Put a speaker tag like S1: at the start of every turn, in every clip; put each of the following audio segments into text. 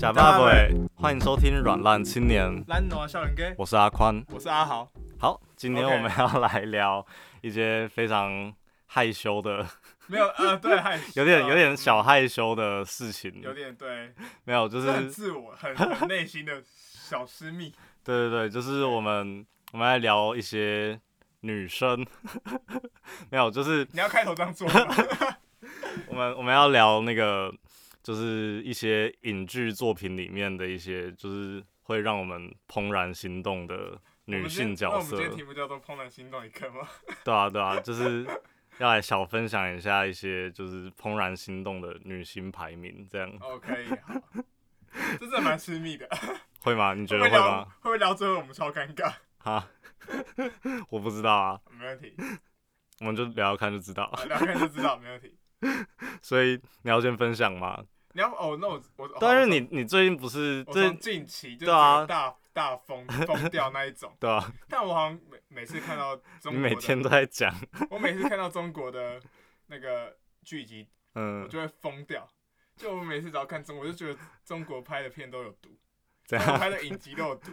S1: 爸爸，欢迎收听《软烂青年》，
S2: 兰诺啊，笑人哥，
S1: 我是阿宽。
S2: 我是阿豪。
S1: 好，今天
S2: OK
S1: 我们要来聊一些非常害羞 的，
S2: 没有， 呃，对，害羞
S1: 有点有点小害羞的事情。
S2: 有点对，
S1: 没有，就
S2: 这很
S1: 是
S2: 自我，很很内心的小私密。
S1: 对对对，就是我们我们来聊一些女生， 没有，就是
S2: 你要开头这样 做吗？
S1: 我们我们要聊那个，就是一些影剧作品里面的一些，就是会让我们怦然心动的女性角
S2: 我们
S1: 色
S2: 今天那我们今。天题目叫做“怦然心动一刻”吗？
S1: 对啊，对啊，就是要来小分享一下一些就是怦然心动的女星排名，这样
S2: 哦，可以，好，这真的蛮私密的。
S1: 会吗？你觉
S2: 会
S1: 得
S2: 不会
S1: 会
S2: 聊？
S1: 吗？
S2: 会不啊会聊最后我们超尴尬？
S1: 哈， 我不知道啊，
S2: 没问题，
S1: 我们就聊聊看就知道。啊
S2: 好聊天就知道，没问题。
S1: 所以你要先分享吗？
S2: 你要哦，那我我哦
S1: 但是你你最近不是
S2: 我
S1: 最
S2: 从近期就是
S1: 对啊
S2: 大大疯疯掉那一种，
S1: 对啊，
S2: 但我好像每每次看到中国
S1: 你
S2: 的
S1: 每天都在讲，
S2: 我每次看到中国的那个剧集，我
S1: 嗯，
S2: 就会疯掉。就我每次只要看中国，我就觉得中国拍的片都有毒，
S1: 这
S2: 中国
S1: 样。
S2: 拍的影集都有毒。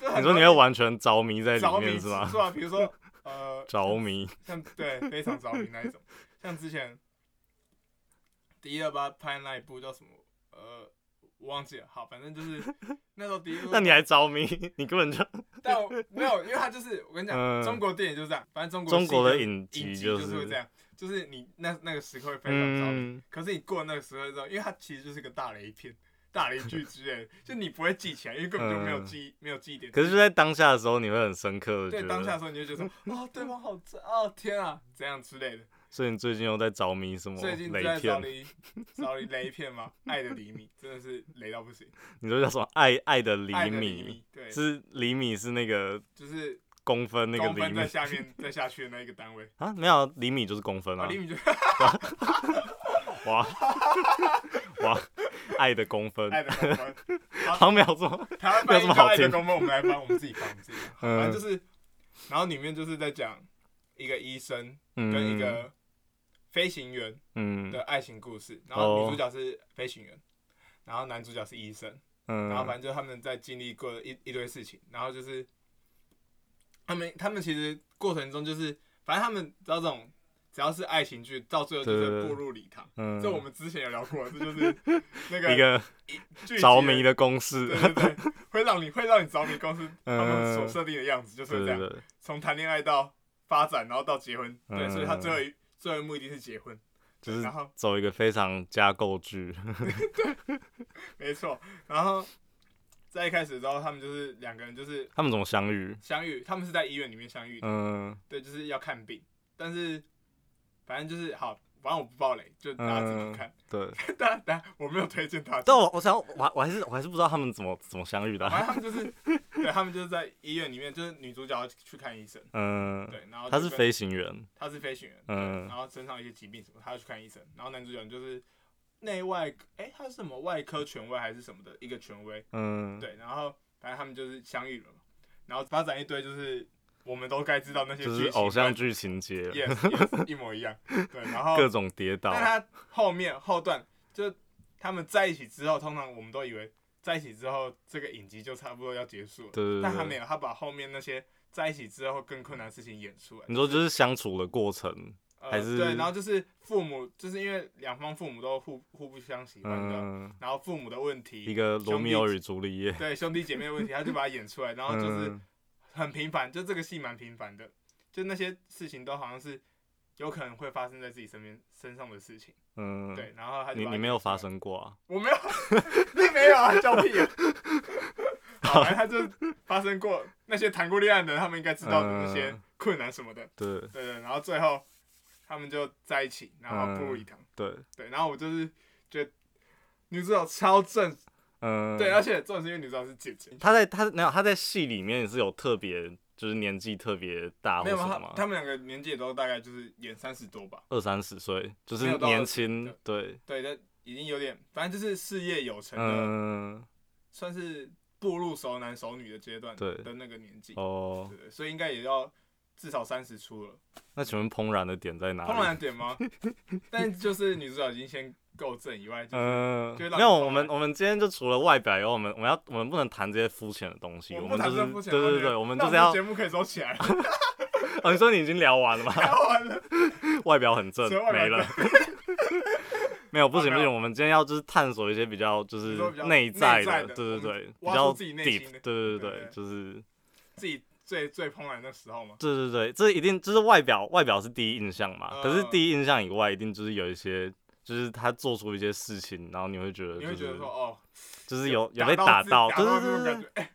S2: 就很
S1: 啊 你说你会完全着迷在
S2: 着
S1: 里
S2: 迷
S1: 面是吗？
S2: 是吧？比如说呃，
S1: 着迷，
S2: 像对非常着迷那一种，像之前迪二八拍的那一部叫什么呃。我忘记了，好，反正就是那时候迪 二。
S1: 那你还着迷？你根本就
S2: 但我没有，因为他就是我跟你讲，
S1: 嗯
S2: 中国电影就是这样，反正中国
S1: 中国的
S2: 戏跟
S1: 影
S2: 影
S1: 集
S2: 就是是会这样，就是你那那个时刻会非常着迷。
S1: 嗯，
S2: 可是你过了那个时候之后，因为它其实就是个大雷片、大雷剧 之类的，就你不会记起来，因为根本就没有记忆，没有记忆
S1: 嗯
S2: 点。
S1: 可是就在当下的时候，你会很深刻的觉
S2: 对
S1: 得
S2: 当下的时候，你就觉得说，哦，对方好赞，哦，天啊，怎样之类的。
S1: 所以你最近又在着迷什么
S2: 最近
S1: 哦雷
S2: 在找
S1: 片？
S2: 雷找雷雷 片吗？爱的厘米真的是雷到不行，
S1: 你说叫什么？爱爱的厘
S2: 爱的厘
S1: 米
S2: 米，对，
S1: 是厘米是那个
S2: 就是
S1: 公分那个
S2: 公
S1: 厘
S2: 分在
S1: 米
S2: 下面再下去的那一个单位。
S1: 啊？没有厘米就是公分
S2: 啊，
S1: 啊！
S2: 厘米就
S1: 哇哇，爱的公分
S2: 爱的公分，
S1: 好像没有这么
S2: 台湾
S1: 没有
S2: 翻
S1: 这
S2: 译
S1: 么
S2: 叫
S1: 好
S2: 爱的
S1: 听
S2: 公分，我们来翻，我们自己翻，我们自己翻。
S1: 嗯
S2: 反正就是，然后里面就是在讲一个医生，跟一
S1: 嗯
S2: 个飞行员
S1: 嗯
S2: 的爱情故事，然后
S1: 哦
S2: 女主角是飞行员，然后男主角是医生，然后
S1: 嗯
S2: 反正就是他们在经历过一一堆事情，然后就是他们他们其实过程中就是，反正他们知道这种只要是爱情剧，到最后就
S1: 对对
S2: 是
S1: 对
S2: 步入礼堂。
S1: 嗯
S2: 这我们之前有聊过，这就是 那
S1: 一
S2: 个
S1: 个
S2: 剧集
S1: 着迷
S2: 的，
S1: 的公式
S2: 对，对对，会让你会让你着迷公司他们所
S1: 嗯
S2: 设定的样子，就是
S1: 对
S2: 会这
S1: 对
S2: 样，
S1: 对，
S2: 从谈恋爱到发展，然后到结婚，对，
S1: 嗯
S2: 所以他最后一最后一幕一定是结婚，
S1: 就
S2: 对
S1: 是
S2: 然后
S1: 走一个非常架构剧，
S2: 没错，然后在一开始的时候，他们就是两个人就是
S1: 他们怎么相遇？
S2: 相遇，他们是在医院里面相遇的，
S1: 嗯
S2: 对，就是要看病，但是反正就是好，反正我不爆雷，就大家自
S1: 嗯
S2: 己去看，
S1: 对，
S2: 当然当然我没有推荐他，
S1: 但我我想要我还我还是我还是不知道他们怎么怎么相遇的啊，
S2: 反正他们就是，对他们就是在医院里面，就是女主角去看医生，
S1: 嗯，
S2: 对，然后
S1: 他
S2: 就是跟
S1: 飞行员，
S2: 他是飞行员，
S1: 嗯
S2: 然后身上有一些疾病什么，他要去看医生。然后男主角就是内外，哎、他是什么外科权威还是什么的一个权威？
S1: 嗯，
S2: 对，然后反正他们就是相遇了嘛，然后发展一堆就是我们都该知道那些
S1: 就是
S2: 剧情
S1: 偶像
S2: 跟
S1: 剧情节，
S2: ，yes, yes 一模一样。对，然后
S1: 各种跌倒
S2: 哦但，他后面后段就他们在一起之后，通常我们都以为在一起之后这个影集就差不多要结束了，
S1: 对对
S2: 但他没
S1: 对。
S2: 有，他把后面那些在一起之后更困难的事情演出来。
S1: 你说就是相处的过程，
S2: 呃
S1: 还是
S2: 对，然后就是父母，就是因为两方父母都互互不相喜欢的，
S1: 嗯，
S2: 然后父母的问
S1: 一
S2: 题，
S1: 个罗密欧与朱丽叶，
S2: 对兄弟姐妹的问题，他就把它演出来，然后
S1: 嗯
S2: 就是很平凡，就这个戏蛮平凡的，就那些事情都好像是有可能会发生在自己身边身上的事情，
S1: 嗯，嗯
S2: 对，，然后他就
S1: 你
S2: 把它
S1: 你没有
S2: 演出来
S1: 发，生过啊？
S2: 我没有， 你没有啊，叫 屁啊！好，反正他就发生过那些谈过恋爱的人，他们应该知道的那些
S1: 嗯
S2: 困难什么的，
S1: 对
S2: 对对，然后最后他们就在一起，然后步入礼堂。
S1: 对，
S2: 对，然后我就是觉得女主角超正，
S1: 嗯，
S2: 对，而且重点是因为女主角是姐姐，
S1: 他在他没有他在戏里面是有特别，就是年纪特别大或
S2: 没有
S1: 什么
S2: 她
S1: 吗？
S2: 她们两个年纪也都大概就是演三十多吧，
S1: 二三十岁，就
S2: 没
S1: 是
S2: 有到
S1: 年
S2: 二十
S1: 轻，对，
S2: 对，但已经有点，反正就是事业有成的，
S1: 嗯，
S2: 算是步入熟男熟女的阶段
S1: 对
S2: 的那个年纪，
S1: 哦，
S2: 对，所以应该也要至少三十出了，
S1: 那请问怦然的点在哪
S2: 怦
S1: 里？
S2: 然的点吗？但就是女主角已经先够正以外，就是
S1: 嗯
S2: 就会，
S1: 没
S2: 让你
S1: 有，
S2: 疯
S1: 我们
S2: 了
S1: 我们今天就除了外表以外，我们我们要我们不能谈这些肤浅的东西，
S2: 我
S1: 我
S2: 们
S1: 们就
S2: 不谈
S1: 是
S2: 这肤浅
S1: 对
S2: 的东
S1: 对
S2: 西
S1: 对，我们
S2: 啊那
S1: 就是
S2: 我
S1: 要
S2: 节目可以收起来了，
S1: 哦，你说你已经聊完了吗？
S2: 聊完了，
S1: 外表很正
S2: 所以外，表
S1: 没
S2: 很
S1: 了。 没有，不行
S2: 啊
S1: 不
S2: 没有
S1: 行，我们今天要就是探索一些比较就是
S2: 你说比较
S1: 内在
S2: 内在
S1: 的，
S2: 的
S1: 对对
S2: 我们
S1: 对，比
S2: 挖
S1: 较
S2: 出自己内心
S1: deep，
S2: 的
S1: 对对对
S2: 对对
S1: 对，
S2: 对
S1: 就是
S2: 自己最最怦然的时候嘛，
S1: 对对对，这一定就是外表外表是第一印象嘛，可是
S2: 嗯
S1: 第一印象以外，一定就是有一些就是他做出一些事情，然后你会觉得
S2: 你
S1: 就
S2: 会觉得
S1: 是
S2: 说哦，
S1: 就是有有
S2: 打
S1: 被打
S2: 自
S1: 到，
S2: 打
S1: 对
S2: 到
S1: 对
S2: 这种
S1: 对
S2: 感
S1: 对
S2: 觉，哎，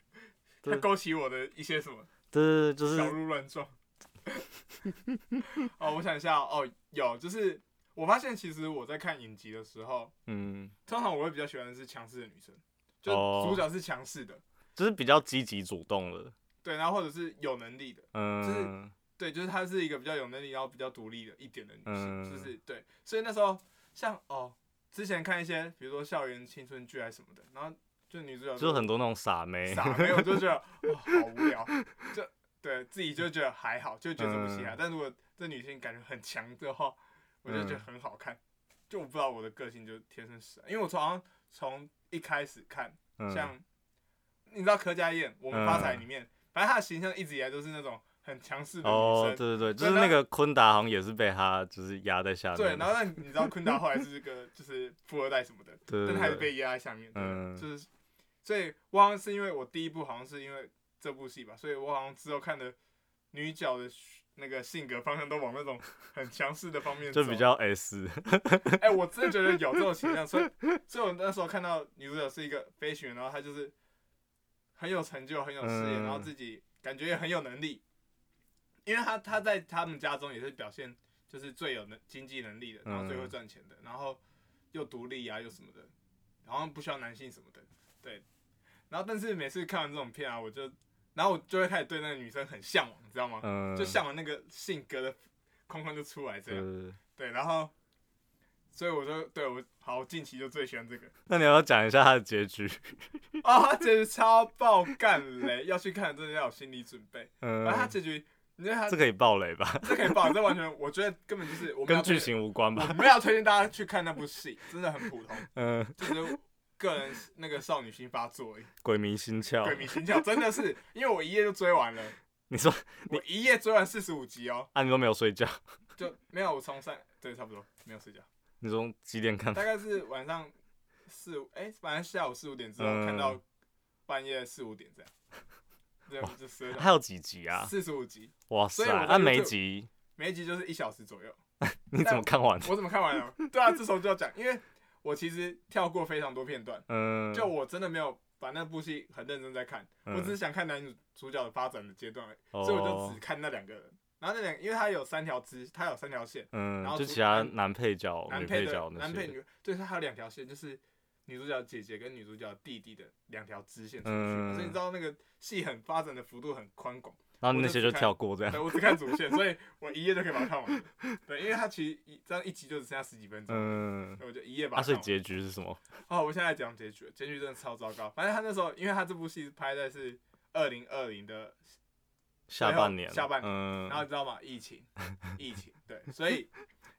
S2: 它
S1: 对
S2: 勾起我的一些什么
S1: 对对，就是
S2: 小鹿乱撞。 哦，我想一下哦，哦有，就是我发现其实我在看影集的时候，
S1: 嗯，
S2: 通常我会比较喜欢的是强势的女生，就
S1: 哦
S2: 主角是强势的，
S1: 就是比较积极主动的，
S2: 对，然后或者是有能力的，是
S1: 嗯，
S2: 对，就是她是一个比较有能力，然后比较独立的一点的女性，
S1: 嗯
S2: 就是对，所以那时候像哦，之前看一些比如说校园青春剧还是什么的，然后就女主角
S1: 就是很多那种傻妹，
S2: 傻，没有就觉得哇好无聊，就对自己就觉得还好，就觉得这不稀罕。
S1: 嗯
S2: 但如果这女性感觉很强的话，我就觉得
S1: 嗯
S2: 很好看。就我不知道我的个性就天生使然，因为我从好像从一开始看，
S1: 嗯
S2: 像你知道柯佳燕《我们发财》
S1: 嗯
S2: 里面，反正她的形象一直以来都是那种很强势的
S1: 哦，
S2: 女
S1: 对
S2: 生。
S1: 对对，就
S2: 对
S1: 是
S2: 那
S1: 那个昆达好像也是被他就是压在下面，
S2: 对，然后但你知道昆达后来是个就是富二代什么的，
S1: 对
S2: 但他还是
S1: 对对
S2: 被压在下面，
S1: 嗯
S2: 对，就是，所以我好像是因为我第一部好像是因为这部戏吧，所以我好像之后看的女角的那个性格方向都往那种很强势的方面走，
S1: 就比，较 S，
S2: 哎、我真的觉得有这种倾向，所以，所以我那时候看到女主角是一个飞行员，然后她就是很有成就、很有事业，
S1: 嗯
S2: 然后自己感觉也很有能力，因为她她在他们家中也是表现就是最有能经济能力的，然后最会
S1: 嗯
S2: 赚钱的，然后又独立啊，又什么的，好像不需要男性什么的，对。然后但是每次看完这种片啊，我就，然后我就会开始对那个女生很向往，你知道吗？
S1: 嗯，
S2: 就向往那个性格的框框就出来这
S1: 对
S2: 样。
S1: 对对
S2: 对，然后，所以我就对我好，我近期就最喜欢 这个
S1: 那你要不要讲一下他的结局，
S2: 啊，他结局超爆干雷，要去看真的要有心理准备。
S1: 嗯
S2: 反，正他结局，你觉得他
S1: 这
S2: 这
S1: 可以爆雷吧？
S2: 可以爆，这完全我觉得根本就是我们
S1: 跟
S2: 要推
S1: 剧，情无关吧？
S2: 我们要推荐大家去看那部戏，真的很普通，
S1: 嗯，
S2: 就是个人那个少女心发作而已，
S1: 鬼迷心窍
S2: 鬼。迷心窍，真的是因为我一夜就追完了，
S1: 你说
S2: 我一夜追完四十五集哦，
S1: 啊，你都没有睡觉，
S2: 就没有我从三对差不多没有睡觉。
S1: 你从几点看？
S2: 大概是晚上四五，哎、反正下午四五点之后、
S1: 嗯
S2: 看到半夜四五点 这样，这样就十
S1: 还有几集啊？
S2: 四十五集，
S1: 哇塞，
S2: 所以我在
S1: 那每
S2: YouTube-
S1: 集
S2: 每一集就是一小时左右。
S1: 你怎么看完？
S2: 我怎么看完了？对啊，这时候就要讲，因为我其实跳过非常多片段，
S1: 嗯，
S2: 就我真的没有把那部戏很认真在看，
S1: 嗯
S2: 我只是想看男主角的发展的阶段而已，
S1: 哦
S2: 所以我就只看那两个人。然后那两，因为他有三条支，他有三条线，
S1: 嗯
S2: 然，后
S1: 就
S2: 主
S1: 其他
S2: 男
S1: 男配角、
S2: 男
S1: 哦女
S2: 配的
S1: 角那
S2: 男配
S1: 些，
S2: 女，对，它还有两条线，就是女主角姐姐跟女主角弟弟的两条支线出去，
S1: 嗯
S2: 所以你知道那个戏很发展的幅度很宽广。
S1: 然后
S2: 我
S1: 那
S2: 就
S1: 些
S2: 只
S1: 就
S2: 看
S1: 跳过这
S2: 对，
S1: 样。
S2: 我只看主线，所以我一页就可以把它看完了。对，因为它其实一这样一集就只剩下十几分钟，
S1: 嗯，
S2: 所以我就一页把
S1: 啊，
S2: 它看
S1: 所以
S2: 完。
S1: 结局是什么？
S2: 哦，我现在讲结局了，结局真的超糟糕。反正他那时候，因为他这部戏拍在是二零二零的，
S1: 下
S2: 最后
S1: 半年，
S2: 下半年
S1: 嗯，
S2: 然后你知道吗？疫情， 疫情，对，所以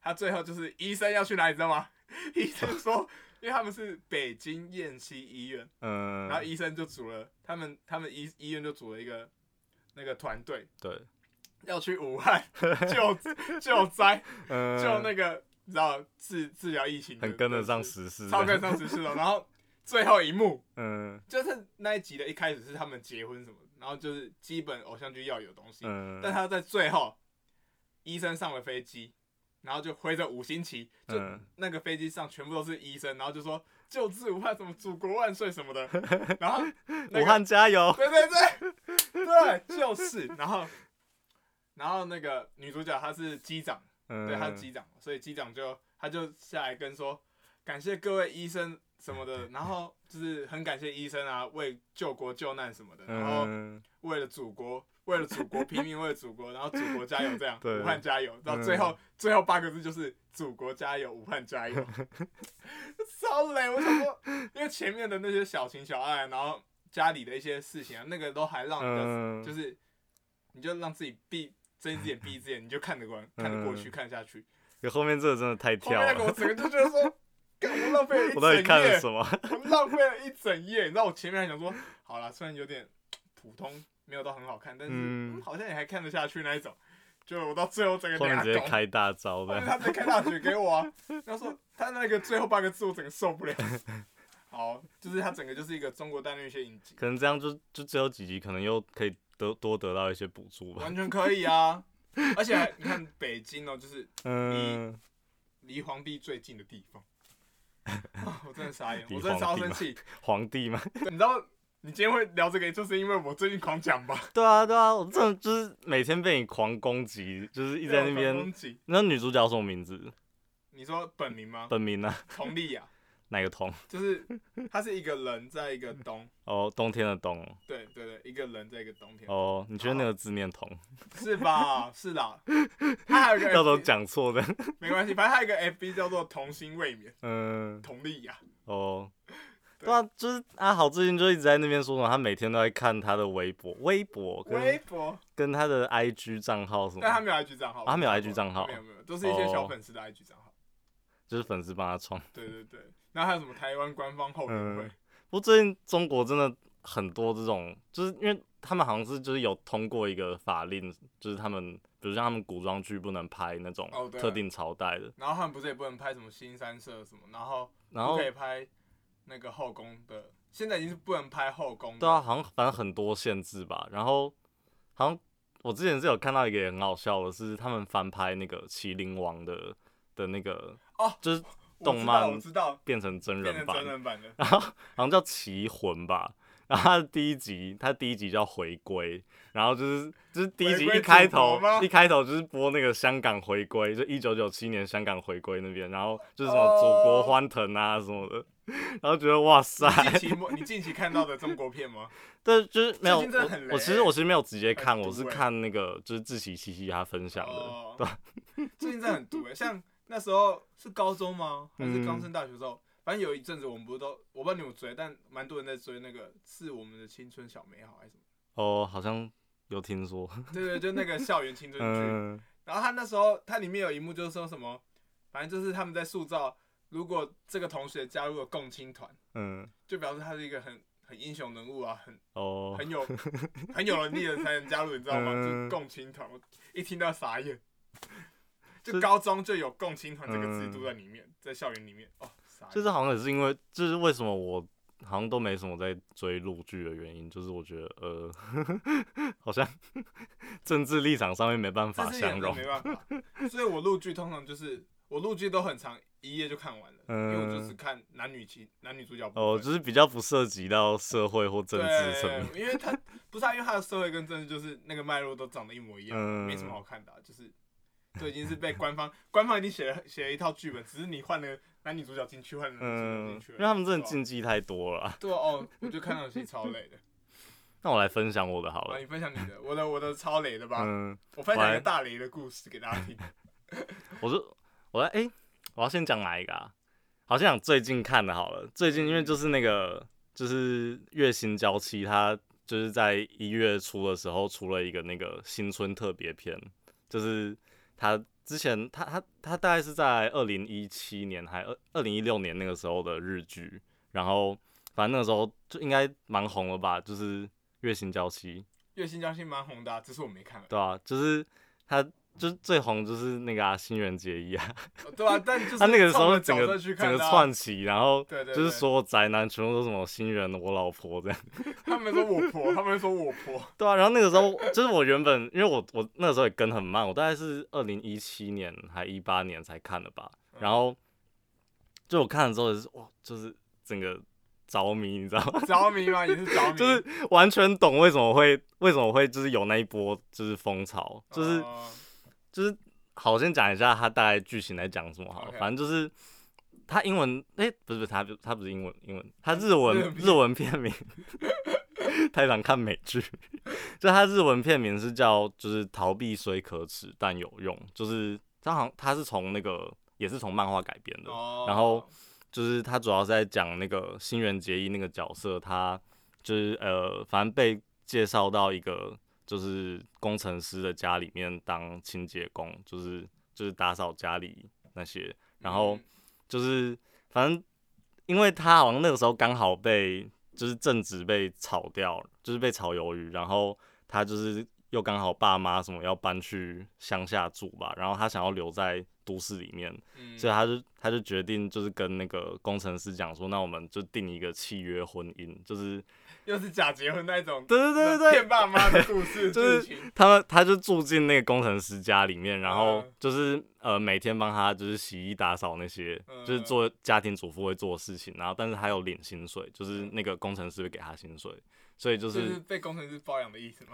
S2: 他最后就是医生要去哪里，你知道吗？ 医生说，因为他们是北京燕西医院。
S1: 嗯，
S2: 然后医生就组了，他们他们医医院就组了一个那个团队，
S1: 对，
S2: 要去武汉 救救灾，
S1: 嗯，
S2: 救那个你知道治治疗疫情的，
S1: 很跟得上
S2: 就是
S1: 时事，
S2: 超跟得上时事的。然后最后一幕
S1: 嗯
S2: 就是那一集的一开始是他们结婚什么的，然后就是基本偶像剧要有的东西，
S1: 嗯，
S2: 但他在最后，医生上了飞机，然后就挥着五星旗，就
S1: 嗯
S2: 那个飞机上全部都是医生，然后就说救治武汉什么祖国万岁 什么的，然后、那个
S1: 武汉加油，
S2: 对对对对，就是，然后然后那个女主角她是机长，
S1: 嗯，
S2: 对，她是机长，所以机长就她就下来跟说，感谢各位医生什么的，然后就是很感谢医生啊，为救国救难什么的，然后
S1: 嗯，
S2: 为了祖国。为了祖国拼命，为了祖国，然后祖国加油，这样
S1: 对嗯
S2: 武汉加油，到最后、最后八个字就是祖国加油，武汉加油， 超累。我想说，因为前面的那些小情小爱，然后家里的一些事情啊，那个都还让人家
S1: 嗯，
S2: 就是是你就让自己闭睁一只眼闭一只眼，你就看得过看得过去，看得下去。
S1: 后面这个真的太嗯
S2: 后
S1: 跳
S2: 面那个我
S1: 了，
S2: 整个就觉得说，干我浪费了一
S1: 我到底看
S2: 整
S1: 了
S2: 夜，
S1: 什么？
S2: 我浪费了一整夜。你知道我前面还想说，好啦，虽然有点普通，没有到很好看，但是、
S1: 嗯
S2: 嗯好像也还看得下去那一种。就嗯我到最后整个
S1: 后面
S2: 俩
S1: 直接
S2: 拱
S1: 开大招
S2: 后面
S1: 的，
S2: 他直接开大嘴给 我啊，他说他那个最后八个字我整个受不了。好，就是他整个就是一个中国大陆一些影 集，
S1: 可能这样就就只有几集，可能又可以得多得到一些补助吧。
S2: 完全可以啊。而且你看北京哦，就是
S1: 嗯，
S2: 离皇帝最近的地 方。啊我真的傻眼，
S1: 离
S2: 我真的
S1: 皇
S2: 超
S1: 帝
S2: 生
S1: 吗
S2: 气。
S1: 皇帝嘛，
S2: 对你知道你今天会聊这个，就是因为我最近狂讲吧，
S1: 对啊对啊，我真的就是每天被你狂攻击，就是 一直在那
S2: 被我啊狂
S1: 边
S2: 攻。击。
S1: 那女主角什么名字？
S2: 你说本名吗？
S1: 本名啊？
S2: 佟丽娅，
S1: 哪个童？
S2: 就是他是一个人在一个冬，
S1: 哦，冬天的冬。
S2: 对对对，一个人在一个冬天，
S1: 哦，你觉得那个字念童？
S2: 是吧？是啦。他还有一个
S1: 到时候
S2: FB
S1: 讲错的。
S2: 没关系，反正他有一个 FB 叫做“童心未泯
S1: 嗯”，，
S2: 佟丽啊娅。
S1: 哦，
S2: 对
S1: 对啊，就是阿豪最近就一直在那边说什么，他每天都在看他的微博、微博
S2: 微
S1: 跟
S2: 博，
S1: 跟他的 IG 账号什么
S2: 但他
S1: 的，
S2: 没有 IG 账号，
S1: 啊他没有 IG 账号哦
S2: 没有没有，都是一些小粉丝的 IG 账号。
S1: 就是粉丝帮他创。
S2: 对对对，然后还有什么台湾官方后援会
S1: 嗯？不过最近中国真的很多这种，就是因为他们好像是就是有通过一个法令，就是他们比如像他们古装剧不能拍那种
S2: 哦对
S1: 特定朝代的，
S2: 然后他们不是也不能拍什么新三社什么，然后
S1: 然
S2: 不
S1: 后
S2: 可以拍那个后宫的，现在已经是不能拍后宫的。
S1: 对啊，，好像反正很多限制吧。然后好像我之前是有看到一个也很好笑的，是他们翻拍那个《麒麟王》的的那个
S2: 哦
S1: 就是
S2: 我
S1: 动
S2: 知道
S1: 漫
S2: 我知道，
S1: 变成真
S2: 变
S1: 人
S2: 成
S1: 版，
S2: 真人 版的。
S1: 然后好像叫《棋魂》吧。 然后他的第一集，他第一集叫回归，然后就是就是第一集
S2: 回归
S1: 一开
S2: 祖国
S1: 头
S2: 吗
S1: 一开头就是播那个香港回归，就一九九七年香港回归那边，然后就是什么祖国
S2: 哦
S1: 欢腾啊什么的，然后觉得哇塞，
S2: 近期末你近期看到的中国片吗？
S1: 对，就是没有
S2: 最近真的
S1: 我
S2: 很，雷欸
S1: 我其实我其实没有直接看，
S2: 很毒
S1: 我是
S2: 欸
S1: 看那个就是志奇嘻嘻他分享的，
S2: 哦， 最近真的很毒诶，欸像那时候是高中吗？还是
S1: 嗯
S2: 刚升大学的时候？反正有一阵子我们不是都，我不知道你们追，但蛮多人在追那个是我们的青春小美好还是什么？
S1: 哦，好像有听说，
S2: 对对，就那个校园青春 剧。
S1: 嗯，
S2: 然后他那时候它里面有一幕就是说什么，反正就是他们在塑造，如果这个同学加入了共青团，
S1: 嗯，
S2: 就表示他是一个很很英雄人物啊，很
S1: 哦，
S2: 很有很有能力的才能加入，你知道吗？
S1: 嗯
S2: 就是共青团，我一听到 傻眼。就是高中就有共青团这个制度在里面，在校园里面哦，傻眼
S1: 嗯就是好像也是因为，就是为什么我好像都没什么在追陆剧的原因，就是我觉得呃， 好像 政治立场上面没办
S2: 这
S1: 法
S2: 是
S1: 相
S2: 也
S1: 容，
S2: 没办法。所以我录剧通常就是我录剧都很长，一页就看完了，因为我就
S1: 嗯
S2: 只看男女情男女主角部分。
S1: 哦，就是比较不涉及到社会或政治层面，
S2: 对，因为他不是、啊，因为他的社会跟政治就是那个脉络都长得一模一样，
S1: 嗯
S2: 没什么好看的啊、就是都已经是被官方 官方已经写了写了一套剧本，只是你换了男女主角进去，换了男女主角
S1: 嗯
S2: 进，去而已，
S1: 因为他们真
S2: 对
S1: 的
S2: 吧
S1: 禁忌太多了啊。
S2: 对啊哦，我就看到有些超累 的，
S1: 那我来分享我的好
S2: 好，
S1: 了，
S2: 你分享你的，我的我的超雷的吧，
S1: 嗯，
S2: 我分享一
S1: 我
S2: 个
S1: 来
S2: 大雷的故事给大家听，
S1: 我说，我来，哎、我要先讲哪一个啊？好像讲最近看的好了。最近因为就是那个，就是月薪娇妻，她就是在一月初的时候出了一个那个新春特别篇，就是她之前她她她大概是在二零一七年还二二零一六年那个时候的日剧，然后反正那个时候就应该蛮红了吧，就是月薪娇妻，
S2: 月薪交心蛮红的啊、只是我没看而
S1: 对啊，就是她就是最红就是那个啊新垣结衣啊。
S2: 已，哦对啊，但就是
S1: 他那个时
S2: 冲
S1: 候
S2: 着
S1: 整
S2: 角
S1: 个
S2: 色去
S1: 整
S2: 看
S1: 个
S2: 的啊、
S1: 串起，然后
S2: 对对
S1: 就是
S2: 对
S1: 所有宅男全部都什么新人，我老婆这样。
S2: 他们说我婆，他们说我婆，
S1: 对啊，然后那个时 候就是我原本因为我我那个时候也跟很慢，我大概是二零一七年还一八年才看的吧，
S2: 嗯
S1: 然后就我看了之后也是哇，就是整个着迷，你知道吗？
S2: 着迷吗？也是着迷，
S1: 就是完全懂为什么会为什么会就是有那一波就是风潮，就是。
S2: 哦
S1: 就是好，我先讲一下它大概剧情在讲什么好了
S2: OK
S1: 反正就是它英文，哎、不是不是，它它不是英文，英文它日文
S2: 文片
S1: 日文片名， 太常看美剧， 就它日文片名是叫就是逃避虽可耻但有用，就是它好像它是从那个也是从漫画改编的，
S2: 哦
S1: 然后就是他主要是在讲那个新垣结衣那个角色，他就是呃，反正被介绍到一个就是工程师的家里面当清洁工，就是就是打扫家里那些，然后
S2: 嗯
S1: 就是反正因为他好像那个时候刚好被就是正职被炒掉了，就是被炒鱿鱼，然后他就是又刚好爸妈什么要搬去乡下住吧，然后他想要留在都市里面，
S2: 嗯，
S1: 所以他就他就决定就是跟那个工程师讲说，那我们就定一个契约婚姻，就是
S2: 又是假结婚那一种，
S1: 对对对对对，
S2: 骗爸妈的故事
S1: 就是
S2: 剧情，
S1: 他们他就住进那个工程师家里面，然后
S2: 嗯
S1: 就是呃每天帮他就是洗衣打扫那些，
S2: 嗯
S1: 就是做家庭主妇会做的事情，然后但是他有领薪水，
S2: 嗯
S1: 就是那个工程师会给他薪水，所以就
S2: 就是是被工程师包养的意思吗？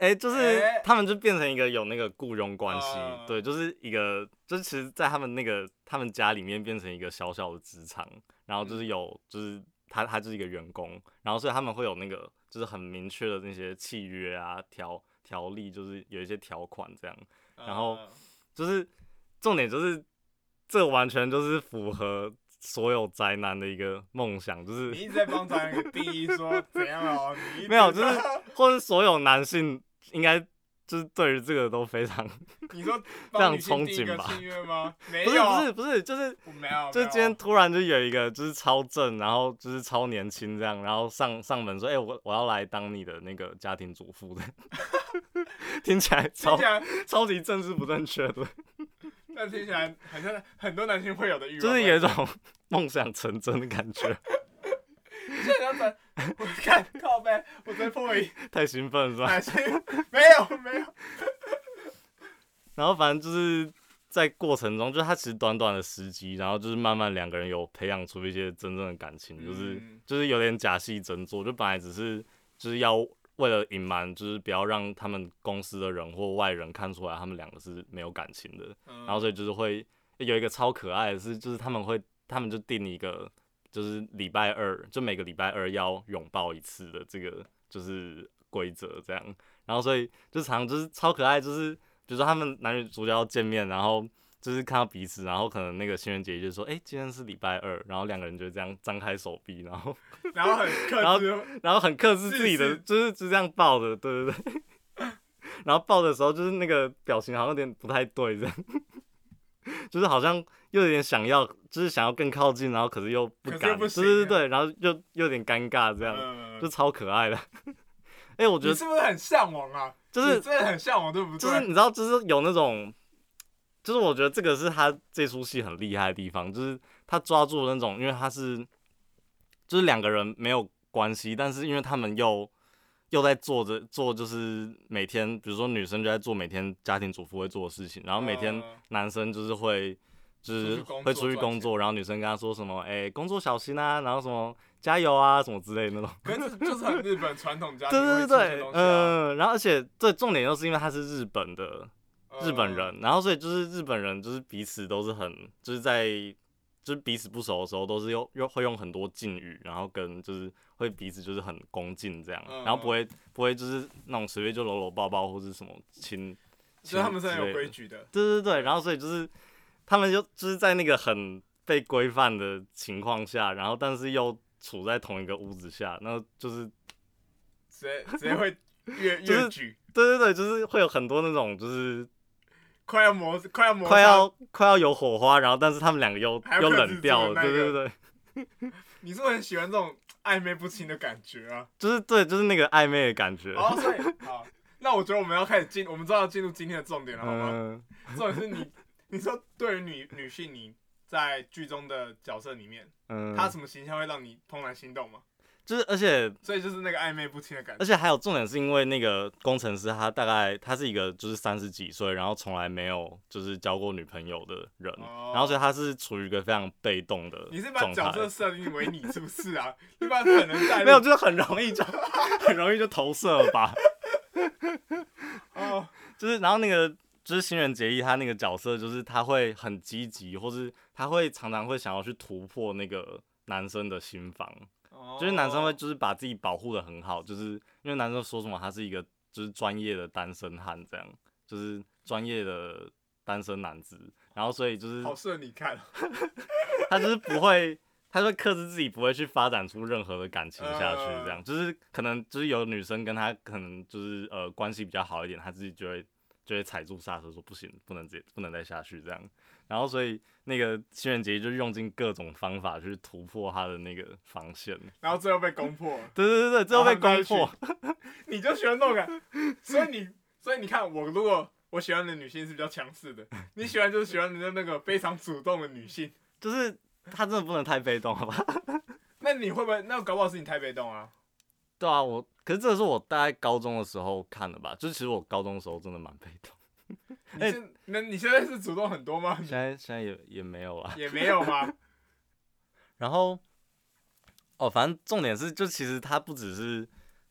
S1: 哎、就是
S2: 哎
S1: 他们就变成一个有那个雇佣关系，
S2: 嗯
S1: 对，就是一个，就是其实，在他们那个他们家里面变成一个小小的职场，然后
S2: 嗯
S1: 就是有，就是他他就是一个员工，然后所以他们会有那个就是很明确的那些契约啊条条例，就是有一些条款这样，然后
S2: 嗯
S1: 就是重点就是这完全就是符合所有宅男的一个梦想，就是
S2: 你一直在帮咱那个定义说怎样哦，你一直
S1: 没有就是
S2: 帮
S1: 或者所有男性应该就是对于这个都非常。
S2: 你说
S1: 这样
S2: 帮女性
S1: 憧
S2: 定一个
S1: 憬吧
S2: 契约吗？没
S1: 不是
S2: 有，
S1: 不是不是，就是
S2: 我没有，啊
S1: 就是
S2: 没有
S1: 今天突然就有一个就是超正，然后就是超年轻这样，然后上上门说，哎、我我要来当你的那个家庭主妇的， 听起来
S2: 听
S1: 超
S2: 起来，
S1: 超级政治不正确的，
S2: 那听起来很像很多男性会有的欲望，
S1: 就是有一种 梦想成真的感觉，
S2: 就很像咱，我看靠背，我在破 译
S1: 太兴奋了是吧？
S2: 男性没有没有，
S1: 然后反正就是在过程中，就是他其实短短的时机，然后就是慢慢两个人有培养出一些真正的感情， 就是、
S2: 嗯
S1: 就是有点假戏真做，就本来只是就是要为了隐瞒，就是不要让他们公司的人或外人看出来他们两个是没有感情的，
S2: 然
S1: 然后所以就是会有一个超可爱的是，就是他们会他们就定一个就是礼拜二，就每个礼拜二要拥抱一次的这个就是规则这样，然后所以就常就是超可爱，就是比如说他们男女主角要见面，然后。就是看到彼此，然后可能那个情人节就说：“哎、今天是礼拜二。”然后两个人就这样张开手臂，然后
S2: 然后很
S1: 然
S2: 克
S1: 后
S2: 制，
S1: 然后很克制自己
S2: 是
S1: 的，
S2: 是
S1: 就是就这样抱的，对对对。 然后抱的时候，就是那个表情好像有点不太对，这样，就是好像又有点想要，就是想要更靠近，然后可是又不
S2: 可是又
S1: 敢，
S2: 不
S1: 对
S2: 行
S1: 对
S2: 啊
S1: 对，然后又又有点尴尬，这样、
S2: 嗯
S1: 就超可爱的。 哎、我觉
S2: 你
S1: 得
S2: 是不是很向往啊？
S1: 就是
S2: 你真的很向往，对 不
S1: 就是
S2: 对？
S1: 你知道，就是有那种，就是我觉得这个是他这出戏很厉害的地方，就是他抓住那种，因为他是就是两个人没有关系，但是因为他们又又在做着做，就是每天，比如说女生就在做每天家庭主妇会做的事情，然后每天
S2: 嗯
S1: 男生就是会。就是
S2: 出去工
S1: 会
S2: 作
S1: 出去
S2: 赚
S1: 工作，然后女生跟他说什么，哎、工作小心啊，然后什么加油啊，什么之类的那种。
S2: 可是就是很日本传统家庭
S1: 对对
S2: 会出现的
S1: 对，
S2: 东西啊，
S1: 嗯，然后而且最重点又是因为他是日本的，
S2: 嗯
S1: 日本人，然后所以就是日本人就是彼此都是很就是在就是彼此不熟的时候，都是用用会用很多敬语，然后跟就是会彼此就是很恭敬这样，
S2: 嗯
S1: 然后不会不会就是那种随便就搂搂抱抱或是什么亲，
S2: 所以他们是
S1: 亲之
S2: 很
S1: 类
S2: 有
S1: 的
S2: 规矩的。
S1: 对对对，然后所以就是他们就就是在那个很被规范的情况下，然后但是又处在同一个屋子下，那就是
S2: 直接直接会 越
S1: 就是
S2: 越举，
S1: 对对对，就是会有很多那种就是
S2: 快要磨快要磨
S1: 快
S2: 伤。
S1: 要快要有火花，然后但是他们两个又
S2: 还要
S1: 又
S2: 克制
S1: 冷掉
S2: 住
S1: 了，
S2: 那
S1: 对对
S2: 个
S1: 对，
S2: 你是不是很喜欢这种暧昧不清的感觉啊？
S1: 就是对，就是那个暧昧的感觉。
S2: 哦，所以好，那我觉得我们要开始进，我们知道要进入今天的重点了，好吗？
S1: 嗯，
S2: 重点是你，你说对于女女性，你在剧中的角色里面，
S1: 嗯
S2: 她什么形象会让你怦然心动吗？
S1: 就是而且
S2: 所以就是那个暧昧不清的感觉
S1: 而。且还有重点是因为那个工程师他大概他是一个就是三十几岁，然后从来没有就是交过女朋友的人，
S2: 哦
S1: 然后所以他是处于一个非常被动的
S2: 你是把
S1: 状
S2: 角色
S1: 态。
S2: 设定为你是不是啊？ 你把本人带入
S1: 没有，就是很容易就 很容易就投射了吧。
S2: 哦，
S1: 就是然后那个就是新人结衣，他那个角色就是他会很积极，或是他会常常会想要去突破那个男生的心房，
S2: 哦
S1: 就是男生会就是把自己保护的很好，就是因为男生说什么他是一个就是专业的单身汉，这样就是专业的单身男子，然后所以就是
S2: 好适合你看哦，
S1: 他就是不会，他就会克制自己，不会去发展出任何的感情下去，
S2: 呃
S1: 这样、就是可能就是有女生跟他可能就是呃关系比较好一点，他自己就会就会踩住刹车说不行，不能这不能再下去这样，然后所以那个新垣结衣就用尽各种方法去突破他的那个防线。
S2: 然后最后被攻破了，
S1: 对对对对，最后被攻
S2: 然
S1: 破
S2: 后。你就喜欢那种感，所以你所以你看我如果我喜欢的女性是比较强势的，你喜欢就是喜欢人家那个非常主动的女性，
S1: 就是他真的不能太被动，好吧？
S2: 那你会不会那搞不好是你太被动啊？
S1: 对啊，我可是这个是我大概高中的时候看的吧，就是其实我高中的时候真的蛮被动，
S2: 你是、那你现在是主动很多吗？
S1: 哎现在现在也也没有啊。
S2: 也没有吗？
S1: 然后，哦，反正重点是，就其实她不只是，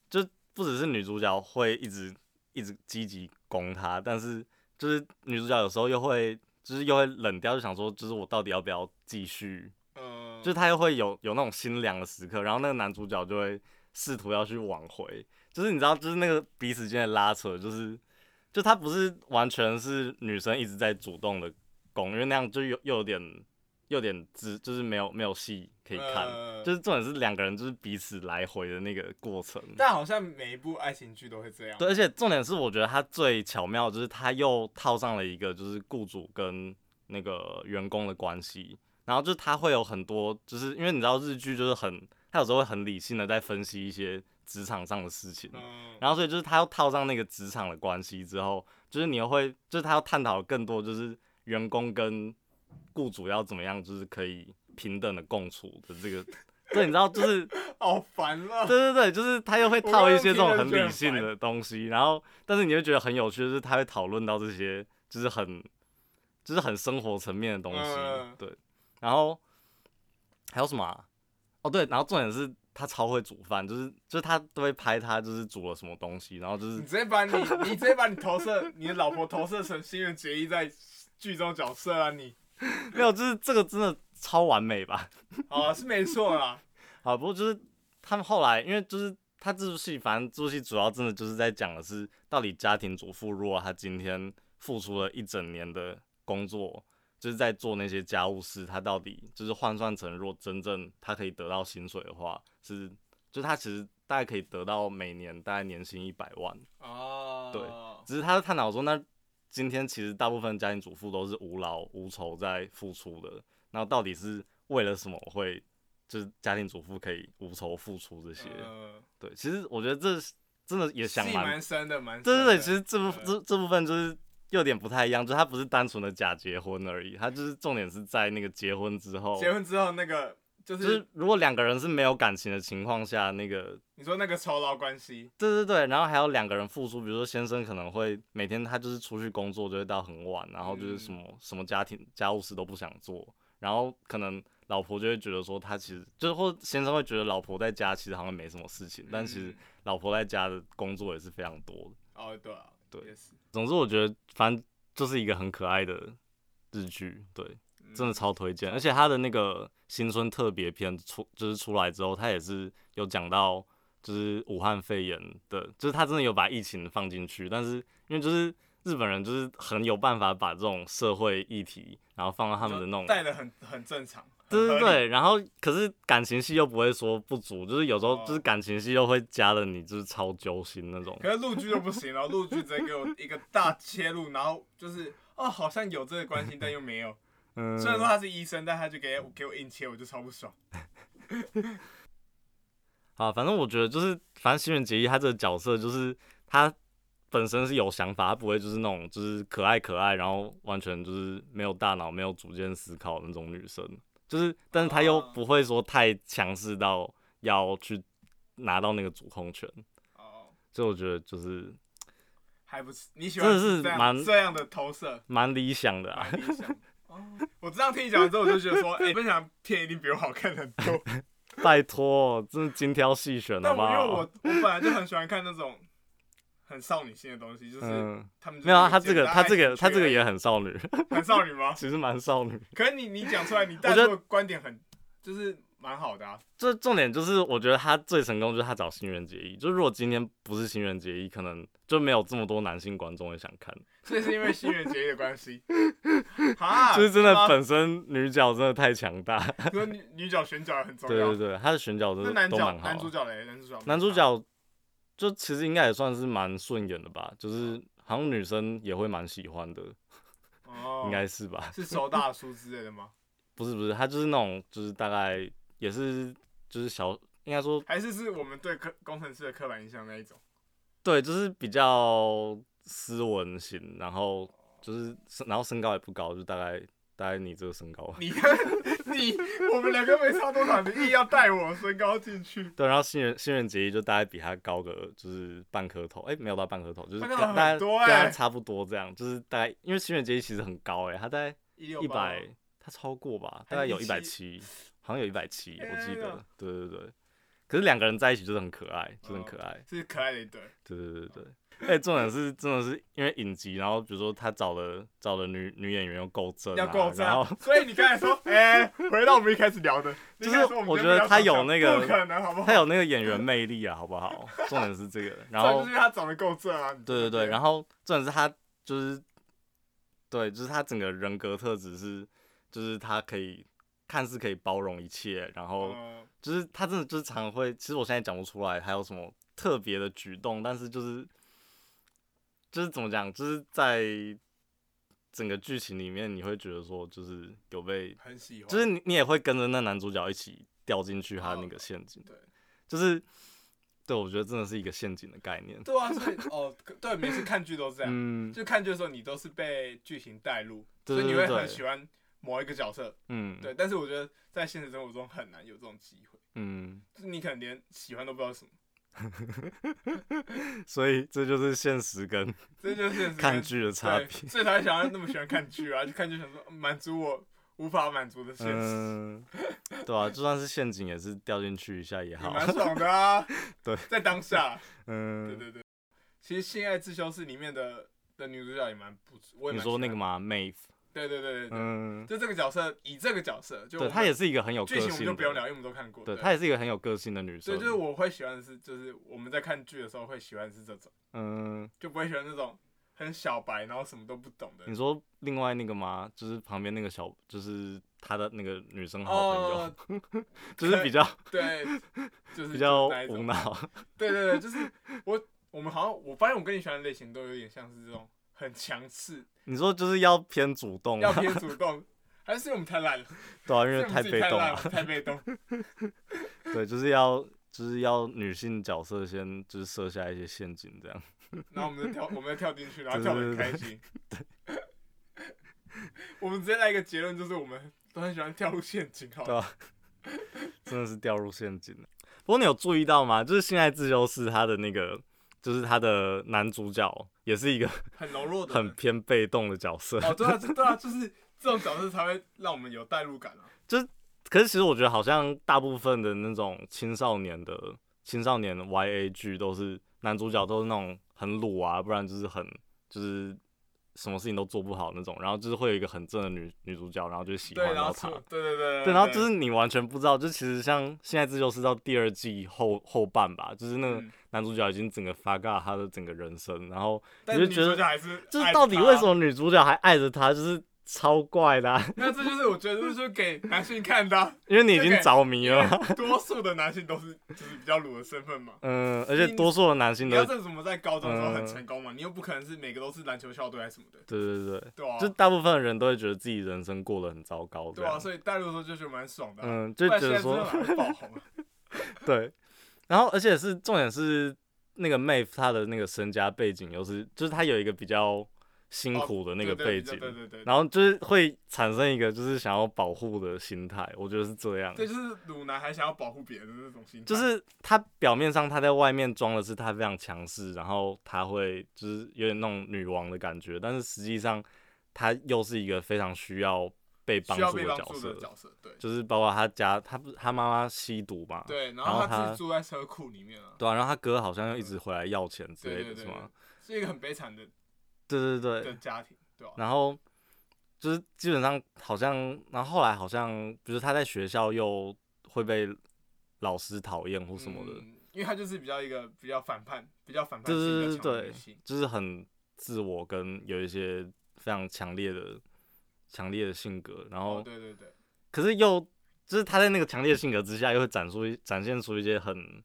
S1: 就不只是女主角会一直一直积极攻他，但是就是女主角有时候又会，就是又会冷掉，就想说，就是我到底要不要继续？
S2: 嗯，
S1: 就是她又会有有那种心凉的时刻，然后那个男主角就会试图要去挽回，就是你知道，就是那个彼此间的拉扯，就是就他不是完全是女生一直在主动的攻，因为那样就有又有点又有点只就是没有没有戏可以看。
S2: 呃
S1: 就是重点是两个人就是彼此来回的那个过程。
S2: 但好像每一部爱情剧都会这样。
S1: 对，而且重点是我觉得他最巧妙的就是他又套上了一个就是雇主跟那个员工的关系，然后就是他会有很多就是因为你知道日剧就是很他有时候会很理性的在分析一些职场上的事情，
S2: 嗯，
S1: 然后所以就是他要套上那个职场的关系之后，就是你又会就是他要探讨更多就是员工跟雇主要怎么样就是可以平等的共处的这个，对，你知道就是。
S2: 好烦哦了。
S1: 对对对，就是他又会套一些这种很理性
S2: 我刚刚听了就觉得
S1: 的东西，然后但是你会觉得很有趣，就是他会讨论到这些，就是很就是很生活层面的东西，
S2: 嗯
S1: 对。然后还有什么、啊？哦对，然后重点是他超会煮饭，就是就是他都会拍他就是煮了什么东西，然后就是
S2: 你直接把你，你直接把你投射，你的老婆投射成新垣结衣在剧中角色啊！你，
S1: 没有，就是这个真的超完美吧？
S2: 好啊，是没错啦。
S1: 啊，不过就是他们后来，因为就是他这部戏，反正这部戏主要真的就是在讲的是，到底家庭主妇如果她今天付出了一整年的工作，就是在做那些家务事，她到底就是换算成如果真正她可以得到薪水的话，是就她其实大概可以得到每年大概年薪一百万，
S2: 哦，
S1: 对只是他探讨说，那今天其实大部分家庭主妇都是无劳无酬在付出的，那到底是为了什么会就是家庭主妇可以无酬付出这些？
S2: 嗯，
S1: 对，其实我觉得这是真的也想
S2: 戏
S1: 蛮，
S2: 蛮深的，蛮深
S1: 对对
S2: 的
S1: 对，其实这部
S2: 嗯
S1: 这这部分就是有点不太一样，就是他不是单纯的假结婚而已，他就是重点是在那个结婚之后。
S2: 结婚之后那个就、
S1: 就是是如果两个人是没有感情的情况下，那个
S2: 你说那个酬劳关系，
S1: 对对对，然后还有两个人付出，比如说先生可能会每天他就是出去工作，就会到很晚，然后就是什么、什么家庭家务事都不想做，然后可能老婆就会觉得说他其实就是或先生会觉得老婆在家其实好像没什么事情，但其实
S2: 嗯
S1: 老婆在家的工作也是非常多的。
S2: 哦对啊，
S1: 对
S2: 也是，
S1: 总之我觉得反正就是一个很可爱的日剧，对，
S2: 嗯
S1: 真的超推荐。而且他的那个新春特别篇出就是出来之后，他也是有讲到就是武汉肺炎的，就是他真的有把疫情放进去，但是因为就是日本人就是很有办法把这种社会议题，然后放到他们的那种。
S2: 带的很很正常，
S1: 对对
S2: 很合理，
S1: 对，然后可是感情戏又不会说不足，就是有时候就是
S2: 哦
S1: 感情戏又会加了你就是超揪心那种。
S2: 可是陆剧就不行了，陆剧直接给我一个大切入，然后就是哦好像有这个关系，但又没有。
S1: 嗯，
S2: 虽然说他是医生，但他就给给我硬切，我就超不爽。
S1: 啊，反正我觉得就是，反正新垣结衣她这个角色就是她本身是有想法，她不会就是那种就是可爱可爱，然后完全就是没有大脑、没有主见思考的那种女生。就是，但是她又
S2: 哦
S1: 不会说太强势到要去拿到那个主控权，
S2: 哦，
S1: 所以我觉得就是
S2: 还不是你喜欢
S1: 真的是
S2: 这样
S1: 蛮
S2: 这样的投射，
S1: 蛮理想的啊
S2: 蛮。理想的。哦，我这样听你讲完之后，我就觉 得说，哎、分享片一定比我好看很多。
S1: 拜托，真的精挑细选好
S2: 但
S1: 不
S2: 我因为我
S1: 好
S2: 我？本来就很喜欢看那种很少女心的东西，就是、
S1: 嗯，
S2: 他们就是
S1: 没有啊，
S2: 一
S1: 她这
S2: 简
S1: 个
S2: 单
S1: 她
S2: 爱
S1: 这个
S2: 情
S1: 她这
S2: 剧
S1: 个
S2: 而已
S1: 也很少女，
S2: 很少女吗？
S1: 其实蛮少女。
S2: 可是你你讲出来，你带
S1: 我觉得
S2: 出的观点很就是蛮好的啊。
S1: 这重点就是，我觉得他最成功就是他找新垣结衣。就是如果今天不是新垣结衣，可能就没有这么多男性观众会想看。
S2: 所以是因为新垣结衣的关系，啊，
S1: 就是真的
S2: 吗
S1: 本身女角真的太强大，
S2: 所以女女角选角也很重
S1: 对
S2: 要。
S1: 对对，他的选角真
S2: 那
S1: 的
S2: 男
S1: 都
S2: 角
S1: 蛮好
S2: 男主
S1: 啊。
S2: 角嘞，男主角
S1: 男主角就其实应该也算是蛮顺眼的吧，就是好像女生也会蛮喜欢的。
S2: 哦哦
S1: 应该是吧？
S2: 是手大叔之类的吗？
S1: 不是不是，他就是那种就是大概也是就是小，应该说
S2: 还是是我们对科工程师的刻板印象那一种？
S1: 对，就是比较斯文型，然后就是身然后身高也不高，就大概大概你这个身高，
S2: 你看 你，我们两个没差多少，你硬要带我身高进去，
S1: 对，然后新人新人杰一就大概比他高个就是半颗头，哎、没有到半颗头，就是
S2: 半
S1: 跟
S2: 颗头
S1: 大概
S2: 很多
S1: 跟他
S2: 欸
S1: 差不多这样，就是大概因为新人杰一其实很高哎、他在
S2: 一六
S1: 一百，他超过吧，大概有一百七，好像有一百七，我记
S2: 天
S1: 得
S2: 啊，
S1: 对对对。可是两个人在一起就是很可爱，就是很
S2: 哦
S1: 可爱。
S2: 是可爱的一对。
S1: 对对对对，哎、重点是真的是因为影集，然后比如说他找的找的女女演员又够正、啊，
S2: 要够真
S1: 然 后
S2: 所以你刚才 说，哎、回到我们一开始聊的，
S1: 就是
S2: 你一开始说
S1: 我
S2: 们
S1: 觉
S2: 就
S1: 得
S2: 没
S1: 他
S2: 想
S1: 有
S2: 象
S1: 那个
S2: 不可能，好不好？
S1: 他有那个演员魅力啊，好不好？重点是这个，然
S2: 这
S1: 后
S2: 就是因为他长得够正啊。
S1: 对对对，然
S2: 后
S1: 后重点是他就是对，就是他整个人格特质是，就是他可以看似可以包容一切，然后
S2: 嗯
S1: 就是他真的就是常常会，其实我现在讲不出来还有什么特别的举动，但是就是就是怎么讲，就是在整个剧情里面，你会觉得说就是有被，
S2: 很喜欢，
S1: 就是你你也会跟着那男主角一起掉进去他那个陷阱，
S2: 哦对
S1: 就是对我觉得真的是一个陷阱的概念，
S2: 对啊，所以哦，对，每次看剧都是这样，
S1: 嗯
S2: 就看剧的时候你都是被剧情带入，
S1: 对
S2: 所以你
S1: 对
S2: 会
S1: 对
S2: 很喜欢某一个角色，
S1: 嗯
S2: 对。但是我觉得在现实生活中很难有这种机会，
S1: 嗯，
S2: 就是你可能连喜欢都不知道是什么，
S1: 所以这就是现实跟
S2: 这就是现实
S1: 看
S2: 跟
S1: 剧的差
S2: 对，
S1: 别，
S2: 所以才会想要那么喜欢看剧啊，就看剧想说满足我无法满足的现实。
S1: 嗯，对啊，就算是陷阱也是掉进去一下也
S2: 也
S1: 好，。
S2: 蛮爽的啊
S1: 对
S2: 在当下，对
S1: 嗯。
S2: 对对。其实《性爱自修室》里面的的女主角也蛮不，我也
S1: 你说
S2: 蛮喜欢
S1: 那个吗？Mave，
S2: 对对对对对，
S1: 嗯，
S2: 就这个角色，以这个角色，就
S1: 对，她也是一个很有
S2: 剧
S1: 个
S2: 情我们就
S1: 性
S2: 不用
S1: 的，
S2: 聊，因为我们都看过。
S1: 对，她也是一个很有个性的女
S2: 所以
S1: 生
S2: 就。是我会喜欢的是，就是我们在看剧的时候会喜欢的是这种，
S1: 嗯，
S2: 就不会喜欢那种很小白，然后什么都不懂的
S1: 你。说另外那个吗？就是旁边那个小，就是她的那个女生好朋友，
S2: 哦，
S1: 就是比较
S2: 对，就是
S1: 比较
S2: 就是那一种
S1: 无脑，
S2: 对对对，就是我我们好像我发现我跟你喜欢的类型都有点像是这种很强势，
S1: 你说就是要偏主动
S2: 要
S1: 啊，
S2: 偏主动，还是我们太懒了，
S1: 对啊，因
S2: 是
S1: 为
S2: 我们自己
S1: 被
S2: 太
S1: 动
S2: 烂
S1: 了
S2: 了，，太被动。
S1: 对，就是要就是要女性角色先就是设下一些陷阱这样。
S2: 然后我们就跳， 我们就跳进去，然后
S1: 对
S2: 跳得很
S1: 对对
S2: 开心。 我们直接来一个结论，就是我们都很喜欢跳入陷阱，好
S1: 对
S2: 了。
S1: 啊真的是掉入陷阱了。不过你有注意到吗？就是《性爱自修室》他的那个，就是他的男主角也是一个
S2: 很柔弱的人。
S1: 很偏被动的角色。
S2: 哦，对啊，对啊，就是这种角色才会让我们有代入 感啊。
S1: 可是其实我觉得，好像大部分的那种青少年的青少年 YA 剧都是男主角都是那种很鲁啊，不然就是很就是什么事情都做不好那种，然后就是会有一个很正的女女主角，然后就喜
S2: 对，
S1: 欢
S2: 然
S1: 到
S2: 后
S1: 他
S2: 出。对对对
S1: 对，然后就是你完全不知道，就其实像《现在自修室》到第二季后后半吧，就是那个
S2: 嗯
S1: 男主角已经整个发尬他的整个人生，然后
S2: 但
S1: 你
S2: 女
S1: 就觉得
S2: 主角还是
S1: 就是
S2: 爱
S1: 到底
S2: 他
S1: 为什？么女主角还爱着他，就是超怪的、啊，
S2: 那这就是我觉得这就是给男性看 的啊、
S1: 因为你已经着迷了嘛。
S2: 多数的男性都是就是比较鲁的身份嘛。
S1: 嗯，而且多数的嗯男性
S2: 你
S1: 都
S2: 要这怎么在高中的时候很成功嘛？你又不可能是每个都是篮球校队还是什么的，
S1: 对对对，
S2: 对啊，
S1: 就大部分的人都会觉得自己人生过得很糟糕，
S2: 对啊，所以带入的时候就觉得蛮爽的啊、
S1: 嗯，就
S2: 不然
S1: 觉
S2: 现
S1: 得
S2: 在真
S1: 说
S2: 的哪会爆红啊
S1: 对，然后而且是重点是那个妹她的那个身家背景又是，就是她有一个比较辛
S2: 哦
S1: 苦的那个
S2: 对对
S1: 背
S2: 比较
S1: 景，
S2: 对对对，
S1: 然后就是会产生一个就是想要保护的心态，我觉得是这样。
S2: 这就是鲁男还想要保护别人的那种心态，
S1: 就是他表面上他在外面装的是他非常强势，然后他会就是有点那种女王的感觉，但是实际上他又是一个非常需要被帮
S2: 需要
S1: 助
S2: 被
S1: 的
S2: 帮
S1: 角
S2: 助
S1: 色
S2: 的，角色，对
S1: 就是包括他家他不他妈妈吸毒嘛，
S2: 对，然
S1: 然后
S2: 后他自
S1: 他
S2: 己住在车库里面啊，
S1: 对啊，然后他哥好像又一直回来要钱之
S2: 对
S1: 类
S2: 对
S1: 的，是
S2: 对，
S1: 吗？
S2: 对是一个很悲惨的
S1: 对对
S2: 的
S1: 对，
S2: 家庭，对啊吧、
S1: 然后就是基本上好像，然后后来好像，比如他在学校又会被老师讨厌或什么的，
S2: 嗯因为他就是比较一个比较反叛、比较反叛
S1: 对
S2: 性
S1: 对对
S2: 比较强的
S1: 对
S2: 女性，，
S1: 就是很自我跟有一些非常强烈的、强烈的性格，然后、
S2: 哦，对对对，
S1: 可是又就是他在那个强烈的性格之下，又会展出一展现出一些很，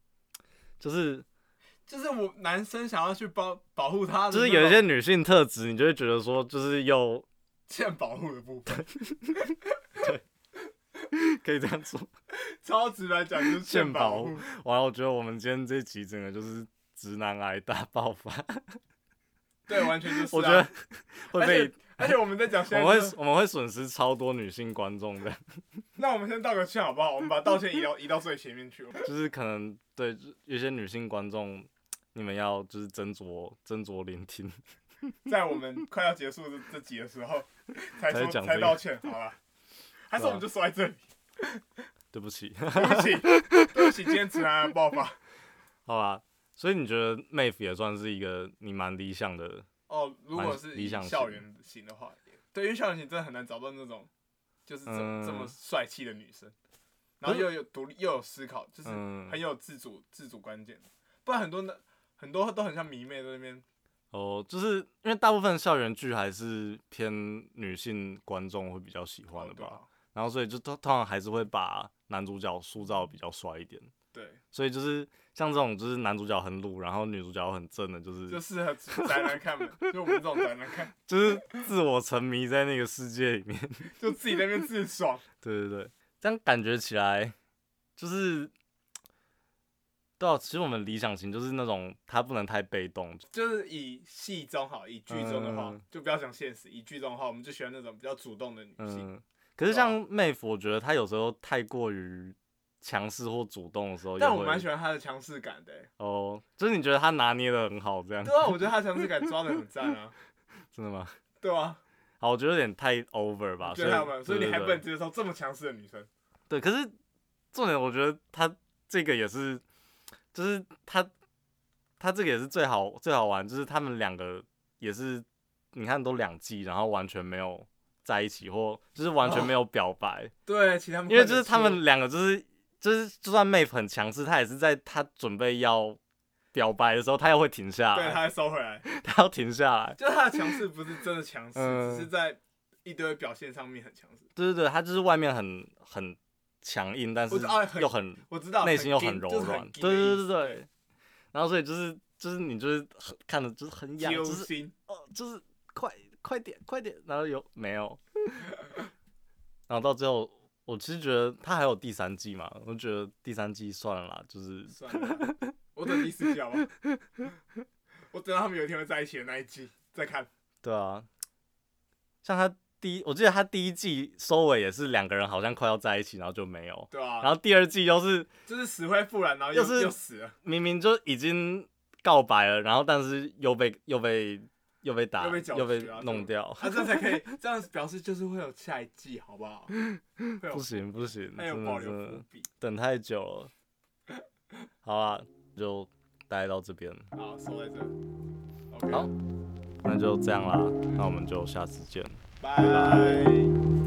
S1: 就是
S2: 就是我男生想要去保保护他的那
S1: 就
S2: 种，
S1: 是有一些女性特质，你就会觉得说，就是又
S2: 欠保护的部分，
S1: 可以这样 说。
S2: 超直白讲就是欠保护
S1: 欠。完了，我觉得我们今天这集整个就是直男癌大爆发，
S2: 对，完全就是、啊。
S1: 我觉得 会
S2: 而
S1: 被
S2: 且而且我们在讲现
S1: 我
S2: 在
S1: 们会
S2: 就是，
S1: 我们会损失超多女性观众的，
S2: 那我们先道个歉好不好？我们把道歉移到移到最前面去。
S1: 就是可能对有些女性观众，你们要就是斟酌斟酌聆听。
S2: 在我们快要结束这这集的 时候，才
S1: 才
S2: 说
S1: 讲这个
S2: 才道歉，好了，还是我们就说在这里，
S1: 对不起，
S2: 对不起，对不起，今天直男癌爆发。
S1: 好吧。所以你觉得 Mave 也算是一个你蛮理想的，
S2: 哦，如果是
S1: 理
S2: 以
S1: 想型
S2: 校园型的话，对，因为校园型真的很难找到那种就是这、
S1: 嗯
S2: 这么帅气的女生，然后又有独立又有思考，就是
S1: 嗯
S2: 很有自主、自主观点，不然很多的很多都很像迷妹在那边。
S1: 哦，就是因为大部分校园剧还是偏女性观众会比较喜欢
S2: 哦
S1: 的
S2: 对
S1: 吧，
S2: 啊
S1: 然后所以就通通常还是会把男主角塑造得比较帅一点，
S2: 对，
S1: 所以就是像这种就是男主角很鲁，然后女主角很正的，就是
S2: 就适合宅男看嘛， 就我们这种宅男看，
S1: 就是自我沉迷在那个世界里面。
S2: 就自己在那边自爽。
S1: 对对对，这样感觉起来就是，对啊，其实我们理想型就是那种他不能太被动，
S2: 就是以戏中好，以剧中的话，
S1: 嗯
S2: 就不要讲现实，以剧中的话，我们就喜欢那种比较主动的女性。
S1: 嗯。可
S2: 啊
S1: 是像妹夫，我觉得他有时候太过于强势或主动的时候也会，
S2: 但我蛮喜欢她的强势感的、欸，
S1: 哦，就是你觉得他拿捏的很好，这样
S2: 对啊，我觉得她的强势感抓的很赞啊，
S1: 真的吗？
S2: 对啊，
S1: 好，我觉得有点太 over 吧，所
S2: 对他们，
S1: 以
S2: 所以你
S1: 对
S2: 还
S1: 对
S2: 不能接受这么强势的女生。
S1: 对，可是重点，我觉得他这个也是，就是他他这个也是最好最好玩，就是他们两个也是，你看都两季，然后完全没有在一起，或就是完
S2: 哦
S1: 全没有表白，
S2: 对，其他们
S1: 因为就是他们两个就是就是就算 Map 很强势，他也是在他准备要表白的时候，他又会停下
S2: 对，
S1: 来，
S2: 他还收回来，
S1: 他要停下来，
S2: 就是他的强势不是真的强势，
S1: 嗯
S2: 只是在一堆表现上面很强势。
S1: 对对对，他就是外面很很强硬，但是
S2: 我知道啊很
S1: 又很
S2: 我知道，
S1: 内心又
S2: 很
S1: 很
S2: 硬
S1: 柔
S2: 就是
S1: 软，
S2: 硬的
S1: 对对对
S2: 意思
S1: 对。然后所以就是就是你就是很看的就是很痒，
S2: 揪
S1: 就是
S2: 心。
S1: 哦就是快快点快点，然后有没有？ 然后到最后，我其实觉得他还有第三季嘛，我觉得第三季算了啦，就是
S2: 算了，我等第四季好不好？我等到他们有一天会在一起的那一季再看。
S1: 对啊。像他第一，我记得他第一季收尾也是两个人好像快要在一起，然后就没有。
S2: 对啊，
S1: 然后第二季又是
S2: 就是死灰复燃，然后又
S1: 又是
S2: 又死了，
S1: 明明就已经告白了，然后但是又被又被又被打
S2: 又被搅
S1: 又被
S2: 局啊
S1: 弄 掉，
S2: 他这样才可以，这样表示就是会有下一季，好不好？会有
S1: 不行不行，
S2: 还有
S1: 真
S2: 保
S1: 的
S2: 留
S1: 真
S2: 伏
S1: 的
S2: 笔。
S1: 等太久了。好啊，就待到这边，
S2: 好，收在这。OK，
S1: 好那就这样啦，那我们就下次见。
S2: 拜拜